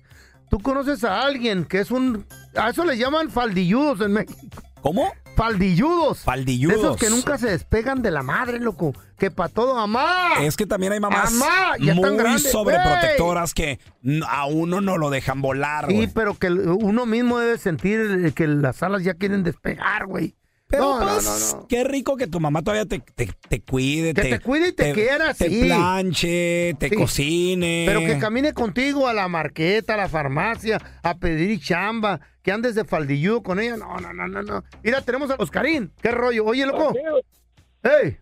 Speaker 5: ¿Tú conoces a alguien que es un... A eso le llaman faldilludos en México.
Speaker 6: ¿Cómo?
Speaker 5: Faldilludos.
Speaker 6: Faldilludos.
Speaker 5: Esos que nunca se despegan de la madre, loco. Que para todo, mamá.
Speaker 6: Es que también hay mamás
Speaker 5: Mamá, ya están
Speaker 6: muy
Speaker 5: grandes,
Speaker 6: sobreprotectoras que n- a uno no lo dejan volar.
Speaker 5: Sí,
Speaker 6: güey.
Speaker 5: pero que el- uno mismo debe sentir el- que las alas ya quieren despegar, güey.
Speaker 6: Pero
Speaker 5: No, no,
Speaker 6: pues,
Speaker 5: no, no.
Speaker 6: qué rico que tu mamá todavía te, te, te cuide.
Speaker 5: Que te cuide y te quiera,
Speaker 6: Te
Speaker 5: sí.
Speaker 6: planche, te
Speaker 5: Sí.
Speaker 6: cocine.
Speaker 5: Pero que camine contigo a la marqueta, a la farmacia, a pedir chamba, que andes de faldilludo con ella. No, no, no, no, no. Mira, tenemos a Oscarín. ¿Qué rollo? Oye, loco. ¡Ey!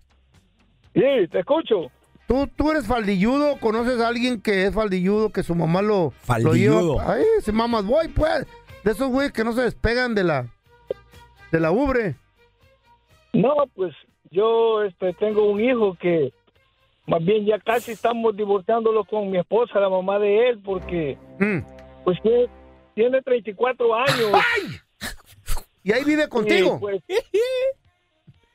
Speaker 14: Sí, te escucho.
Speaker 5: ¿Tú, ¿Tú eres faldilludo? ¿Conoces a alguien que es faldilludo, que su mamá lo, lo
Speaker 6: Faldilludo.
Speaker 5: lleva? Ay, ese mamás boy, pues. De esos güeyes que no se despegan de la, de la ubre.
Speaker 14: No, pues yo este, tengo un hijo que más bien ya casi estamos divorciándolo con mi esposa, la mamá de él, porque
Speaker 5: Mm.
Speaker 14: pues que tiene 34 años.
Speaker 5: ¿Y ahí vive contigo?
Speaker 14: pues,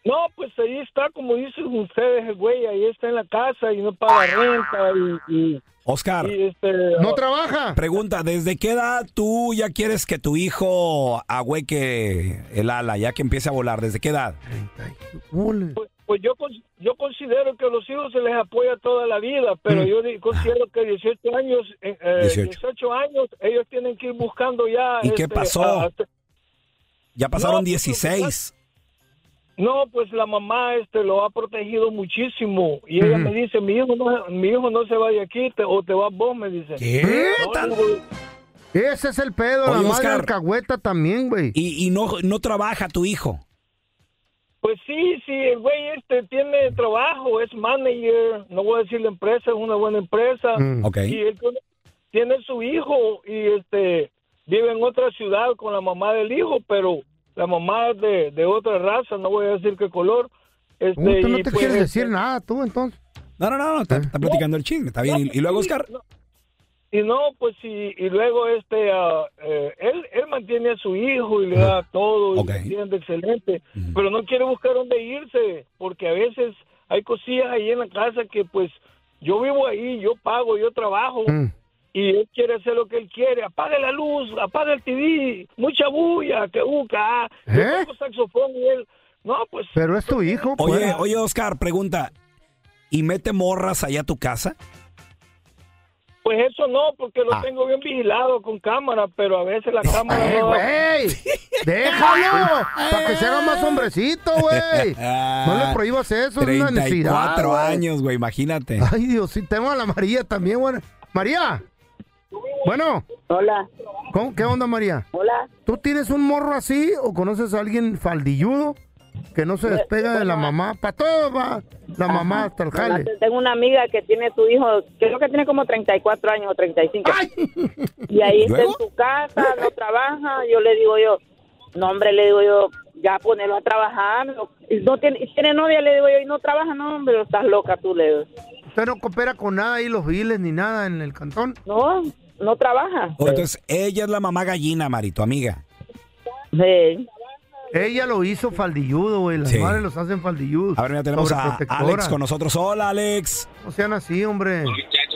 Speaker 14: no, pues ahí está, como dicen ustedes, el güey, ahí está en la casa y no paga renta y... y-
Speaker 6: Oscar.
Speaker 14: y, este, ah,
Speaker 6: Pregunta, ¿desde qué edad tú ya quieres que tu hijo agüeque el ala, ya que empiece a volar? ¿Desde qué edad?
Speaker 14: Pues, pues yo, cons- yo considero que a los hijos se les apoya toda la vida, pero
Speaker 6: Mm.
Speaker 14: yo di- considero que 18 años, eh, eh,
Speaker 6: 18.
Speaker 14: 18 años, ellos tienen que ir buscando ya.
Speaker 6: ¿Y qué
Speaker 14: este,
Speaker 6: pasó?
Speaker 14: a- a-
Speaker 6: Ya pasaron
Speaker 14: No, pues,
Speaker 6: 16.
Speaker 14: no, pues la mamá este lo ha protegido muchísimo y ella
Speaker 6: Ujú.
Speaker 14: me dice, mi hijo no, mi hijo no se vaya aquí te- o te vas vos, me dice.
Speaker 6: ¿Qué?
Speaker 14: No,
Speaker 6: Tan-
Speaker 14: digo,
Speaker 5: Ese es el pedo,
Speaker 6: Oye,
Speaker 5: la madre
Speaker 6: Oscar.
Speaker 5: alcahueta también, güey.
Speaker 6: Y, y no, no trabaja tu hijo.
Speaker 14: Pues sí, sí, el güey este tiene trabajo, es manager, no voy a decir la empresa, es una buena empresa.
Speaker 6: Mm, ok.
Speaker 14: Y él tiene- tiene su hijo y este vive en otra ciudad con la mamá del hijo, pero la mamá es de, de otra raza, no voy a decir qué color. Este,
Speaker 5: Uh, tú no
Speaker 14: y
Speaker 5: te
Speaker 14: pues,
Speaker 5: quieres decir nada, tú, entonces. ¿Eh?
Speaker 6: No, no, no, no, está, está platicando el chisme, está bien. Y, y luego, Oscar,
Speaker 14: Y no, pues y, y luego este, ah, eh, él, él mantiene a su hijo y le da todo, y lo atiende excelente, pero no quiere buscar dónde irse, porque a veces hay cosillas ahí en la casa que pues yo vivo ahí, yo pago, yo trabajo,
Speaker 5: Mm.
Speaker 14: y él quiere hacer lo que él quiere, apaga la luz, apaga el TV, mucha bulla, que busca,
Speaker 5: ¿Eh?
Speaker 14: yo toco saxofón y él, no, pues...
Speaker 5: Pero es tu hijo, pues.
Speaker 6: oye, oye, Oscar, pregunta, ¿y mete morras allá a tu casa?
Speaker 14: Pues eso no, porque lo tengo bien vigilado con cámara, pero a veces la cámara
Speaker 5: Ah. ¡Eh,
Speaker 14: no...
Speaker 5: güey! ¡Déjalo! ¡Para que se haga más hombrecito, güey! No
Speaker 6: Ah,
Speaker 5: le prohíbas eso, es una necesidad.
Speaker 6: 34
Speaker 5: güey. Ah,
Speaker 6: años, güey, imagínate.
Speaker 5: Ay, Dios, sí, tengo a la María también, güey. María. Bueno.
Speaker 11: Hola.
Speaker 5: ¿Qué onda, María?
Speaker 11: Hola.
Speaker 5: ¿Tú tienes un morro así o conoces a alguien faldilludo que no
Speaker 11: Eh,
Speaker 5: se despega de la mamá? Para todo va la mamá hasta el jale.
Speaker 11: Además, Tengo una amiga que tiene su hijo, creo que tiene como 34 años o 35. Y ahí está en
Speaker 15: ¿Luego?
Speaker 11: su casa, no trabaja. Yo le digo yo, no hombre, le digo yo, ya ponelo a trabajar. Y No tiene, y tiene novia, le digo yo, y no trabaja, no hombre, estás loca tú, le digo.
Speaker 5: ¿Usted no coopera con nada ahí los viles ni nada en el cantón?
Speaker 11: No, no trabaja.
Speaker 6: Oh, entonces, ella es la mamá gallina, Mari, tu amiga.
Speaker 5: Ella lo hizo faldilludo, güey. Las
Speaker 6: Sí.
Speaker 5: madres los hacen faldilludos.
Speaker 6: A ver, mira, tenemos a
Speaker 5: Sobreprotectoras.
Speaker 6: Alex con nosotros. Hola, Alex.
Speaker 5: No sean así, hombre.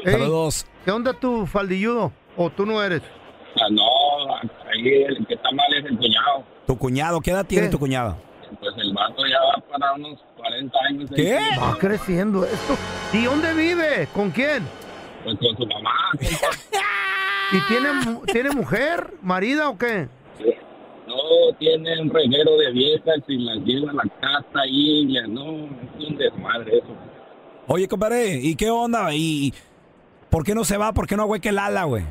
Speaker 5: Ey,
Speaker 6: Saludos.
Speaker 5: ¿Qué onda tu faldilludo? ¿O tú no eres?
Speaker 16: Ah, No, ahí el que está mal es el cuñado.
Speaker 6: Tu cuñado, ¿qué edad tiene tu cuñado?
Speaker 16: Pues el vato ya va para unos 40 años.
Speaker 6: ¿Qué?
Speaker 16: ahí.
Speaker 5: Va creciendo esto. ¿Y dónde vive? ¿Con quién?
Speaker 16: Pues con su mamá.
Speaker 5: ¿Y tiene, mu- tiene mujer, marida o qué?
Speaker 16: No, tiene un reguero de viejas y las lleva a la casa y le- no, es un desmadre eso.
Speaker 6: Oye, compadre, ¿y qué onda? ¿Y por qué no se va? ¿Por qué no ahueca el ala, güey?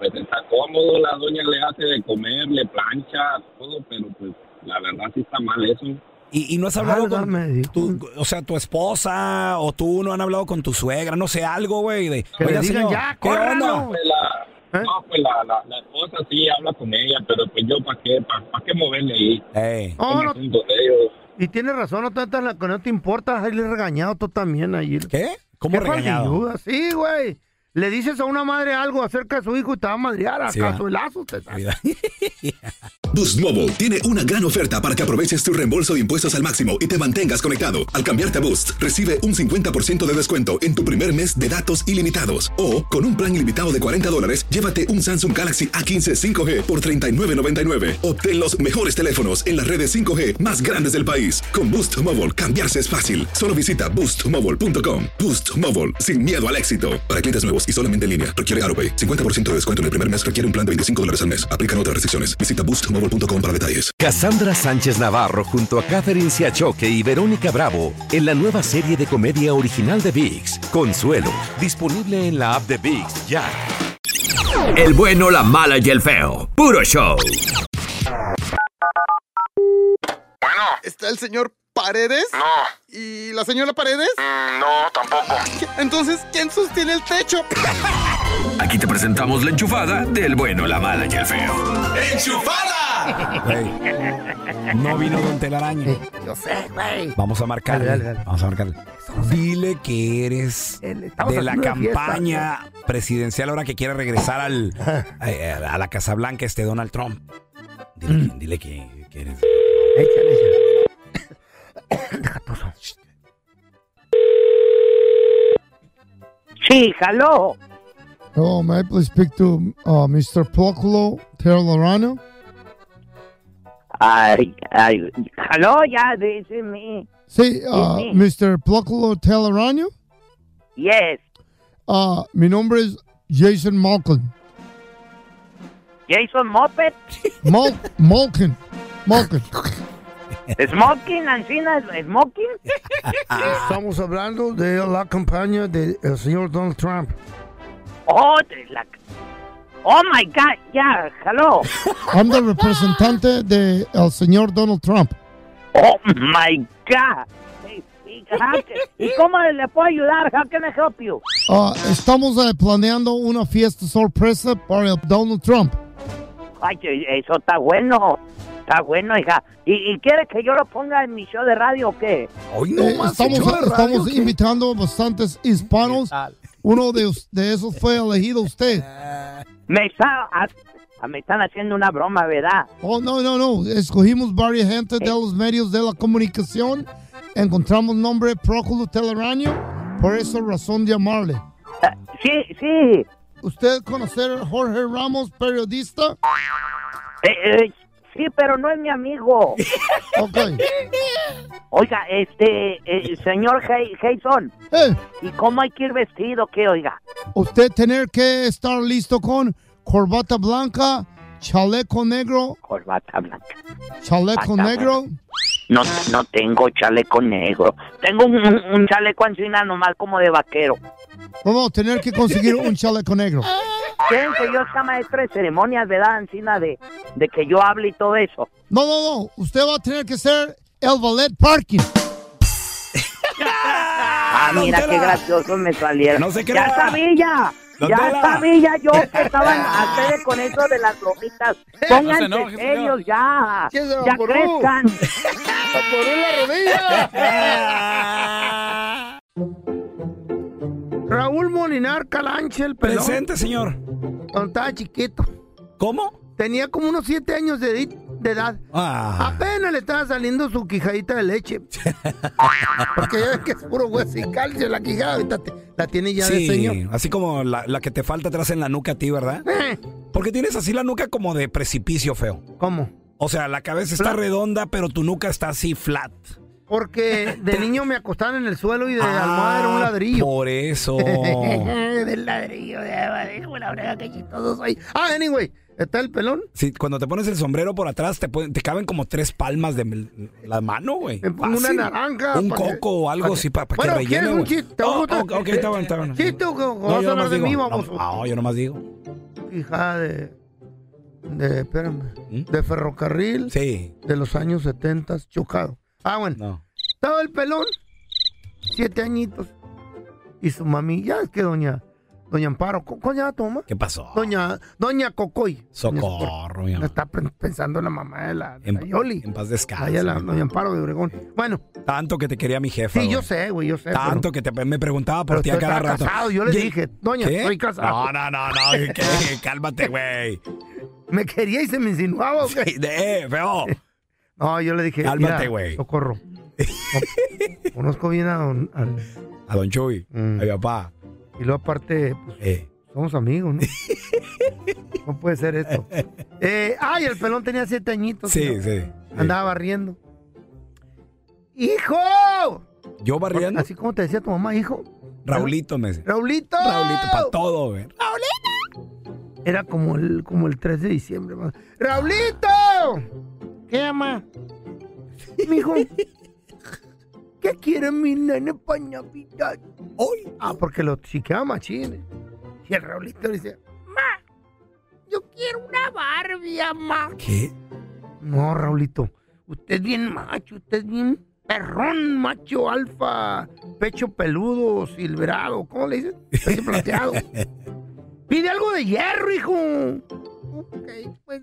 Speaker 16: Pues está cómodo, la doña le hace de comer, le plancha, todo, pero pues la verdad sí está mal eso.
Speaker 6: ¿Y, y no has hablado con tu, o sea, tu esposa o tú no han hablado con tu suegra? No sé, algo, güey. de,
Speaker 16: Que le
Speaker 6: "Oiga,
Speaker 16: digan,
Speaker 6: señor,
Speaker 16: ya,
Speaker 6: ¿Qué
Speaker 16: córralo".
Speaker 6: onda?
Speaker 16: Pues la- No, pues la, la, la esposa sí habla con ella, pero pues yo para qué, para qué moverle ahí.
Speaker 5: No, no.
Speaker 16: Asunto de ellos.
Speaker 5: Y tienes razón, no te metas en la que no te importa. Ahí le he regañado tú también ayer.
Speaker 6: ¿Qué? ¿Cómo regañado?
Speaker 5: faldilluda? Sí, güey. Le dices a una madre algo acerca de su hijo y te va a madrear a
Speaker 1: Sí, va.
Speaker 5: cazuelazos. te-
Speaker 1: Boost Mobile
Speaker 2: tiene
Speaker 1: una gran oferta para que aproveches tu reembolso de impuestos al máximo y te mantengas conectado. Al cambiarte a Boost, recibe un 50% de descuento en tu primer mes de datos ilimitados. O, con un plan ilimitado de 40 dólares, llévate un Samsung Galaxy A15 5G por 39.99. Obtén los mejores teléfonos en las redes 5G más grandes del país. Con Boost Mobile, cambiarse es fácil. Solo visita boostmobile.com. Boost Mobile, sin miedo al éxito. Para clientes nuevos y solamente en línea, requiere AroPay. 50% de descuento en el primer mes requiere un plan de 25 dólares al mes. Aplican otras restricciones. Visita boostmobile.com para detalles.
Speaker 2: Cassandra Sánchez Navarro junto a Catherine Siachoque y Verónica Bravo en la nueva serie de comedia original de VIX, Consuelo, disponible en la app de VIX ya.
Speaker 17: El bueno, la mala y el feo. Puro show.
Speaker 18: Bueno. ¿Está el señor Paredes? No. ¿Y la señora Paredes? no, tampoco. Entonces, ¿quién sostiene el techo?
Speaker 17: Aquí te presentamos la enchufada del bueno, la mala y el feo.
Speaker 6: Güey, no vino Don Telaraño.
Speaker 5: Yo sé, güey.
Speaker 6: Vamos a marcarle.
Speaker 5: Dale, dale,
Speaker 6: Vamos a marcarle. Dile que eres
Speaker 5: estamos
Speaker 6: de la
Speaker 5: haciendo de fiesta,
Speaker 6: campaña presidencial ahora que quiere regresar al, eh, a, a la Casa Blanca este Donald Trump. Dile,
Speaker 5: Mm.
Speaker 6: que, dile que, que eres.
Speaker 10: Sí, hello.
Speaker 19: Oh, may I please speak to uh, Mr. Procolo Terlarano?
Speaker 10: Ay, ay, hello, yeah, this is me.
Speaker 19: Sí,
Speaker 5: ah.
Speaker 19: uh,
Speaker 10: Sí, sí.
Speaker 19: Mr. Procolo Terlarano.
Speaker 10: Yes,
Speaker 19: Uh, mi nombre es Jason Malkin.
Speaker 10: Jason Moppet,
Speaker 19: Mal Malkin. Malkin.
Speaker 10: smoking, Ancina, smoking.
Speaker 5: Estamos hablando de la campaña del el señor Donald Trump.
Speaker 10: Oh, de la- oh my God, yeah, hello.
Speaker 19: I'm the representante de el señor Donald Trump.
Speaker 10: Oh my God. Hey, speak, how can- ¿Y cómo le puedo ayudar? How can I help you?
Speaker 19: Uh, estamos eh, planeando una fiesta sorpresa para el Donald Trump.
Speaker 10: Ay, eso está bueno, está bueno, hija. ¿Y, y quieres que yo lo ponga en mi show de radio o qué?
Speaker 19: Eh, estamos estamos invitando a bastantes hispanos. Uno de, us- de esos fue elegido usted.
Speaker 10: Me, está, a- a- me están haciendo una broma, ¿verdad? Eh.
Speaker 19: Oh, no, no, no. Escogimos varias gente de los medios de la comunicación. Encontramos nombre Próculo Telaraño. Por esa razón de llamarle.
Speaker 10: Ah, Sí, sí.
Speaker 19: ¿Usted conocer a Jorge Ramos, periodista?
Speaker 10: Eh, eh, sí, pero no es mi amigo.
Speaker 19: Ok.
Speaker 10: Oiga, este, eh, señor Hey- Jason,
Speaker 19: Eh.
Speaker 10: ¿y cómo hay que ir vestido? ¿Qué, oiga?
Speaker 19: Usted tener que estar listo con corbata blanca, chaleco negro,
Speaker 10: Corbata blanca.
Speaker 19: chaleco
Speaker 10: Bata,
Speaker 19: negro.
Speaker 10: No, no tengo chaleco negro. Tengo un, un chaleco encina nomás como de vaquero.
Speaker 19: Vamos a tener que conseguir un chaleco negro.
Speaker 10: ¿Quieren que yo sea maestro de ceremonias, verdad, encina de, de que yo hable y todo eso?
Speaker 19: No, no, no. Usted va a tener que ser el ballet parking.
Speaker 10: Ah, mira qué gracioso me salieron.
Speaker 19: No se
Speaker 10: ya
Speaker 19: crea.
Speaker 10: sabía.
Speaker 19: Don
Speaker 10: ya
Speaker 19: Tela.
Speaker 10: sabía yo que estaban ustedes con eso de las bromitas. Pónganse
Speaker 19: No se enoje,
Speaker 10: serios
Speaker 19: señor.
Speaker 10: ya.
Speaker 19: ¿Qué se
Speaker 10: Ya
Speaker 19: evaporó?
Speaker 10: crezcan.
Speaker 5: Raúl Molinar Calanche, el pelón.
Speaker 6: Presente, señor.
Speaker 5: Cuando estaba chiquito.
Speaker 6: ¿Cómo?
Speaker 5: Tenía como unos siete años de, edi- de edad.
Speaker 6: Ah.
Speaker 5: Apenas le estaba saliendo su quijadita de leche. Porque ya ves que es puro hueso y calcio la quijada. Ahorita te- la tiene ya de
Speaker 6: sí,
Speaker 5: señor. Eh.
Speaker 6: así como la, la que te falta atrás en la nuca a ti, ¿verdad? Porque tienes así la nuca como de precipicio feo.
Speaker 5: ¿Cómo?
Speaker 6: O sea, la cabeza está redonda, pero tu nuca está así flat.
Speaker 5: Porque de niño me acostaban en el suelo y de
Speaker 6: Ah,
Speaker 5: almohada Ah, era un ladrillo.
Speaker 6: Por eso.
Speaker 5: Del ladrillo, de abajo, la oreja que chistoso soy. Ah, anyway, está el pelón.
Speaker 6: Sí, cuando te pones el sombrero por atrás, te, pueden- te caben como tres palmas de m- la mano, güey.
Speaker 5: pongo una
Speaker 6: Fácil.
Speaker 5: naranja,
Speaker 6: Un
Speaker 5: pa' que-
Speaker 6: coco o algo así para que
Speaker 5: Bueno,
Speaker 6: rellene,
Speaker 5: ¿quieres un
Speaker 6: güey.
Speaker 5: chiste?
Speaker 6: Oh,
Speaker 5: Ojo, te-
Speaker 6: ok, ok, está bueno, está bueno.
Speaker 5: Chiste o qué? ¿O
Speaker 6: No,
Speaker 5: vas
Speaker 6: yo
Speaker 5: a hablar
Speaker 6: nomás
Speaker 5: de
Speaker 6: digo.
Speaker 5: mí,
Speaker 6: No, ah.
Speaker 5: baboso?
Speaker 6: no, yo nomás digo.
Speaker 5: Hija de. de espérame. De ferrocarril.
Speaker 6: ¿Mm? Sí.
Speaker 5: De los años 70, chocado. Ah, bueno. Estaba el pelón. Siete añitos. Y su mami, ya es que doña. Doña Amparo, ¿cómo se llama tu mamá?
Speaker 6: ¿Qué pasó?
Speaker 5: Doña, doña Cocoy.
Speaker 6: Socorro, mi amor.
Speaker 5: Está pe- pensando en la mamá de la, de
Speaker 6: En,
Speaker 5: la Yoli.
Speaker 6: en paz descansa.
Speaker 5: Allá la
Speaker 6: mi amor.
Speaker 5: doña Amparo de Obregón. Bueno.
Speaker 6: Tanto que te quería mi jefa.
Speaker 5: Sí,
Speaker 6: güey.
Speaker 5: yo sé, güey, yo sé. pero-
Speaker 6: Tanto que te, me preguntaba por
Speaker 5: Pero
Speaker 6: ti a
Speaker 5: estoy
Speaker 6: cada
Speaker 5: estaba
Speaker 6: rato.
Speaker 5: casado, yo le
Speaker 6: Ye-
Speaker 5: dije, doña,
Speaker 6: ¿Qué?
Speaker 5: estoy
Speaker 6: No,
Speaker 5: casado.
Speaker 6: no, no, no, ¿qué? cálmate, güey.
Speaker 5: Me quería y se me insinuaba, güey.
Speaker 6: Sí, de- eh, feo.
Speaker 5: No, yo le dije,
Speaker 6: Cálmate,
Speaker 5: mira,
Speaker 6: güey.
Speaker 5: Socorro. No, Conozco bien a don, al-
Speaker 6: A don Chuy,
Speaker 5: Mm.
Speaker 6: a mi papá.
Speaker 5: Y luego aparte, pues,
Speaker 6: Eh.
Speaker 5: somos amigos, ¿no? no puede ser esto. Eh, ay, el pelón tenía siete añitos.
Speaker 6: Sí,
Speaker 5: ¿no?
Speaker 6: sí.
Speaker 5: Andaba barriendo. ¡Hijo!
Speaker 6: Yo barriendo.
Speaker 5: Así como te decía tu mamá, hijo.
Speaker 6: Raulito me decía.
Speaker 5: ¡Raulito!
Speaker 6: Raulito, para todo, güey.
Speaker 5: Era como el, como el 3 de diciembre. más- ¡Raulito! ¿Qué llama? Mijo, ¿qué quiere mi nene para Navidad? Hoy. Ah, porque lo chiqueaba machín. ¿eh? Y el Raulito le dice, Yo quiero una Barbie, mamá.
Speaker 6: ¿Qué?
Speaker 5: No, Raulito. Usted es bien macho, usted es bien perrón, macho, alfa, pecho peludo, silverado, ¿cómo le dicen? Pecho plateado. Pide algo de hierro, hijo. Ok, pues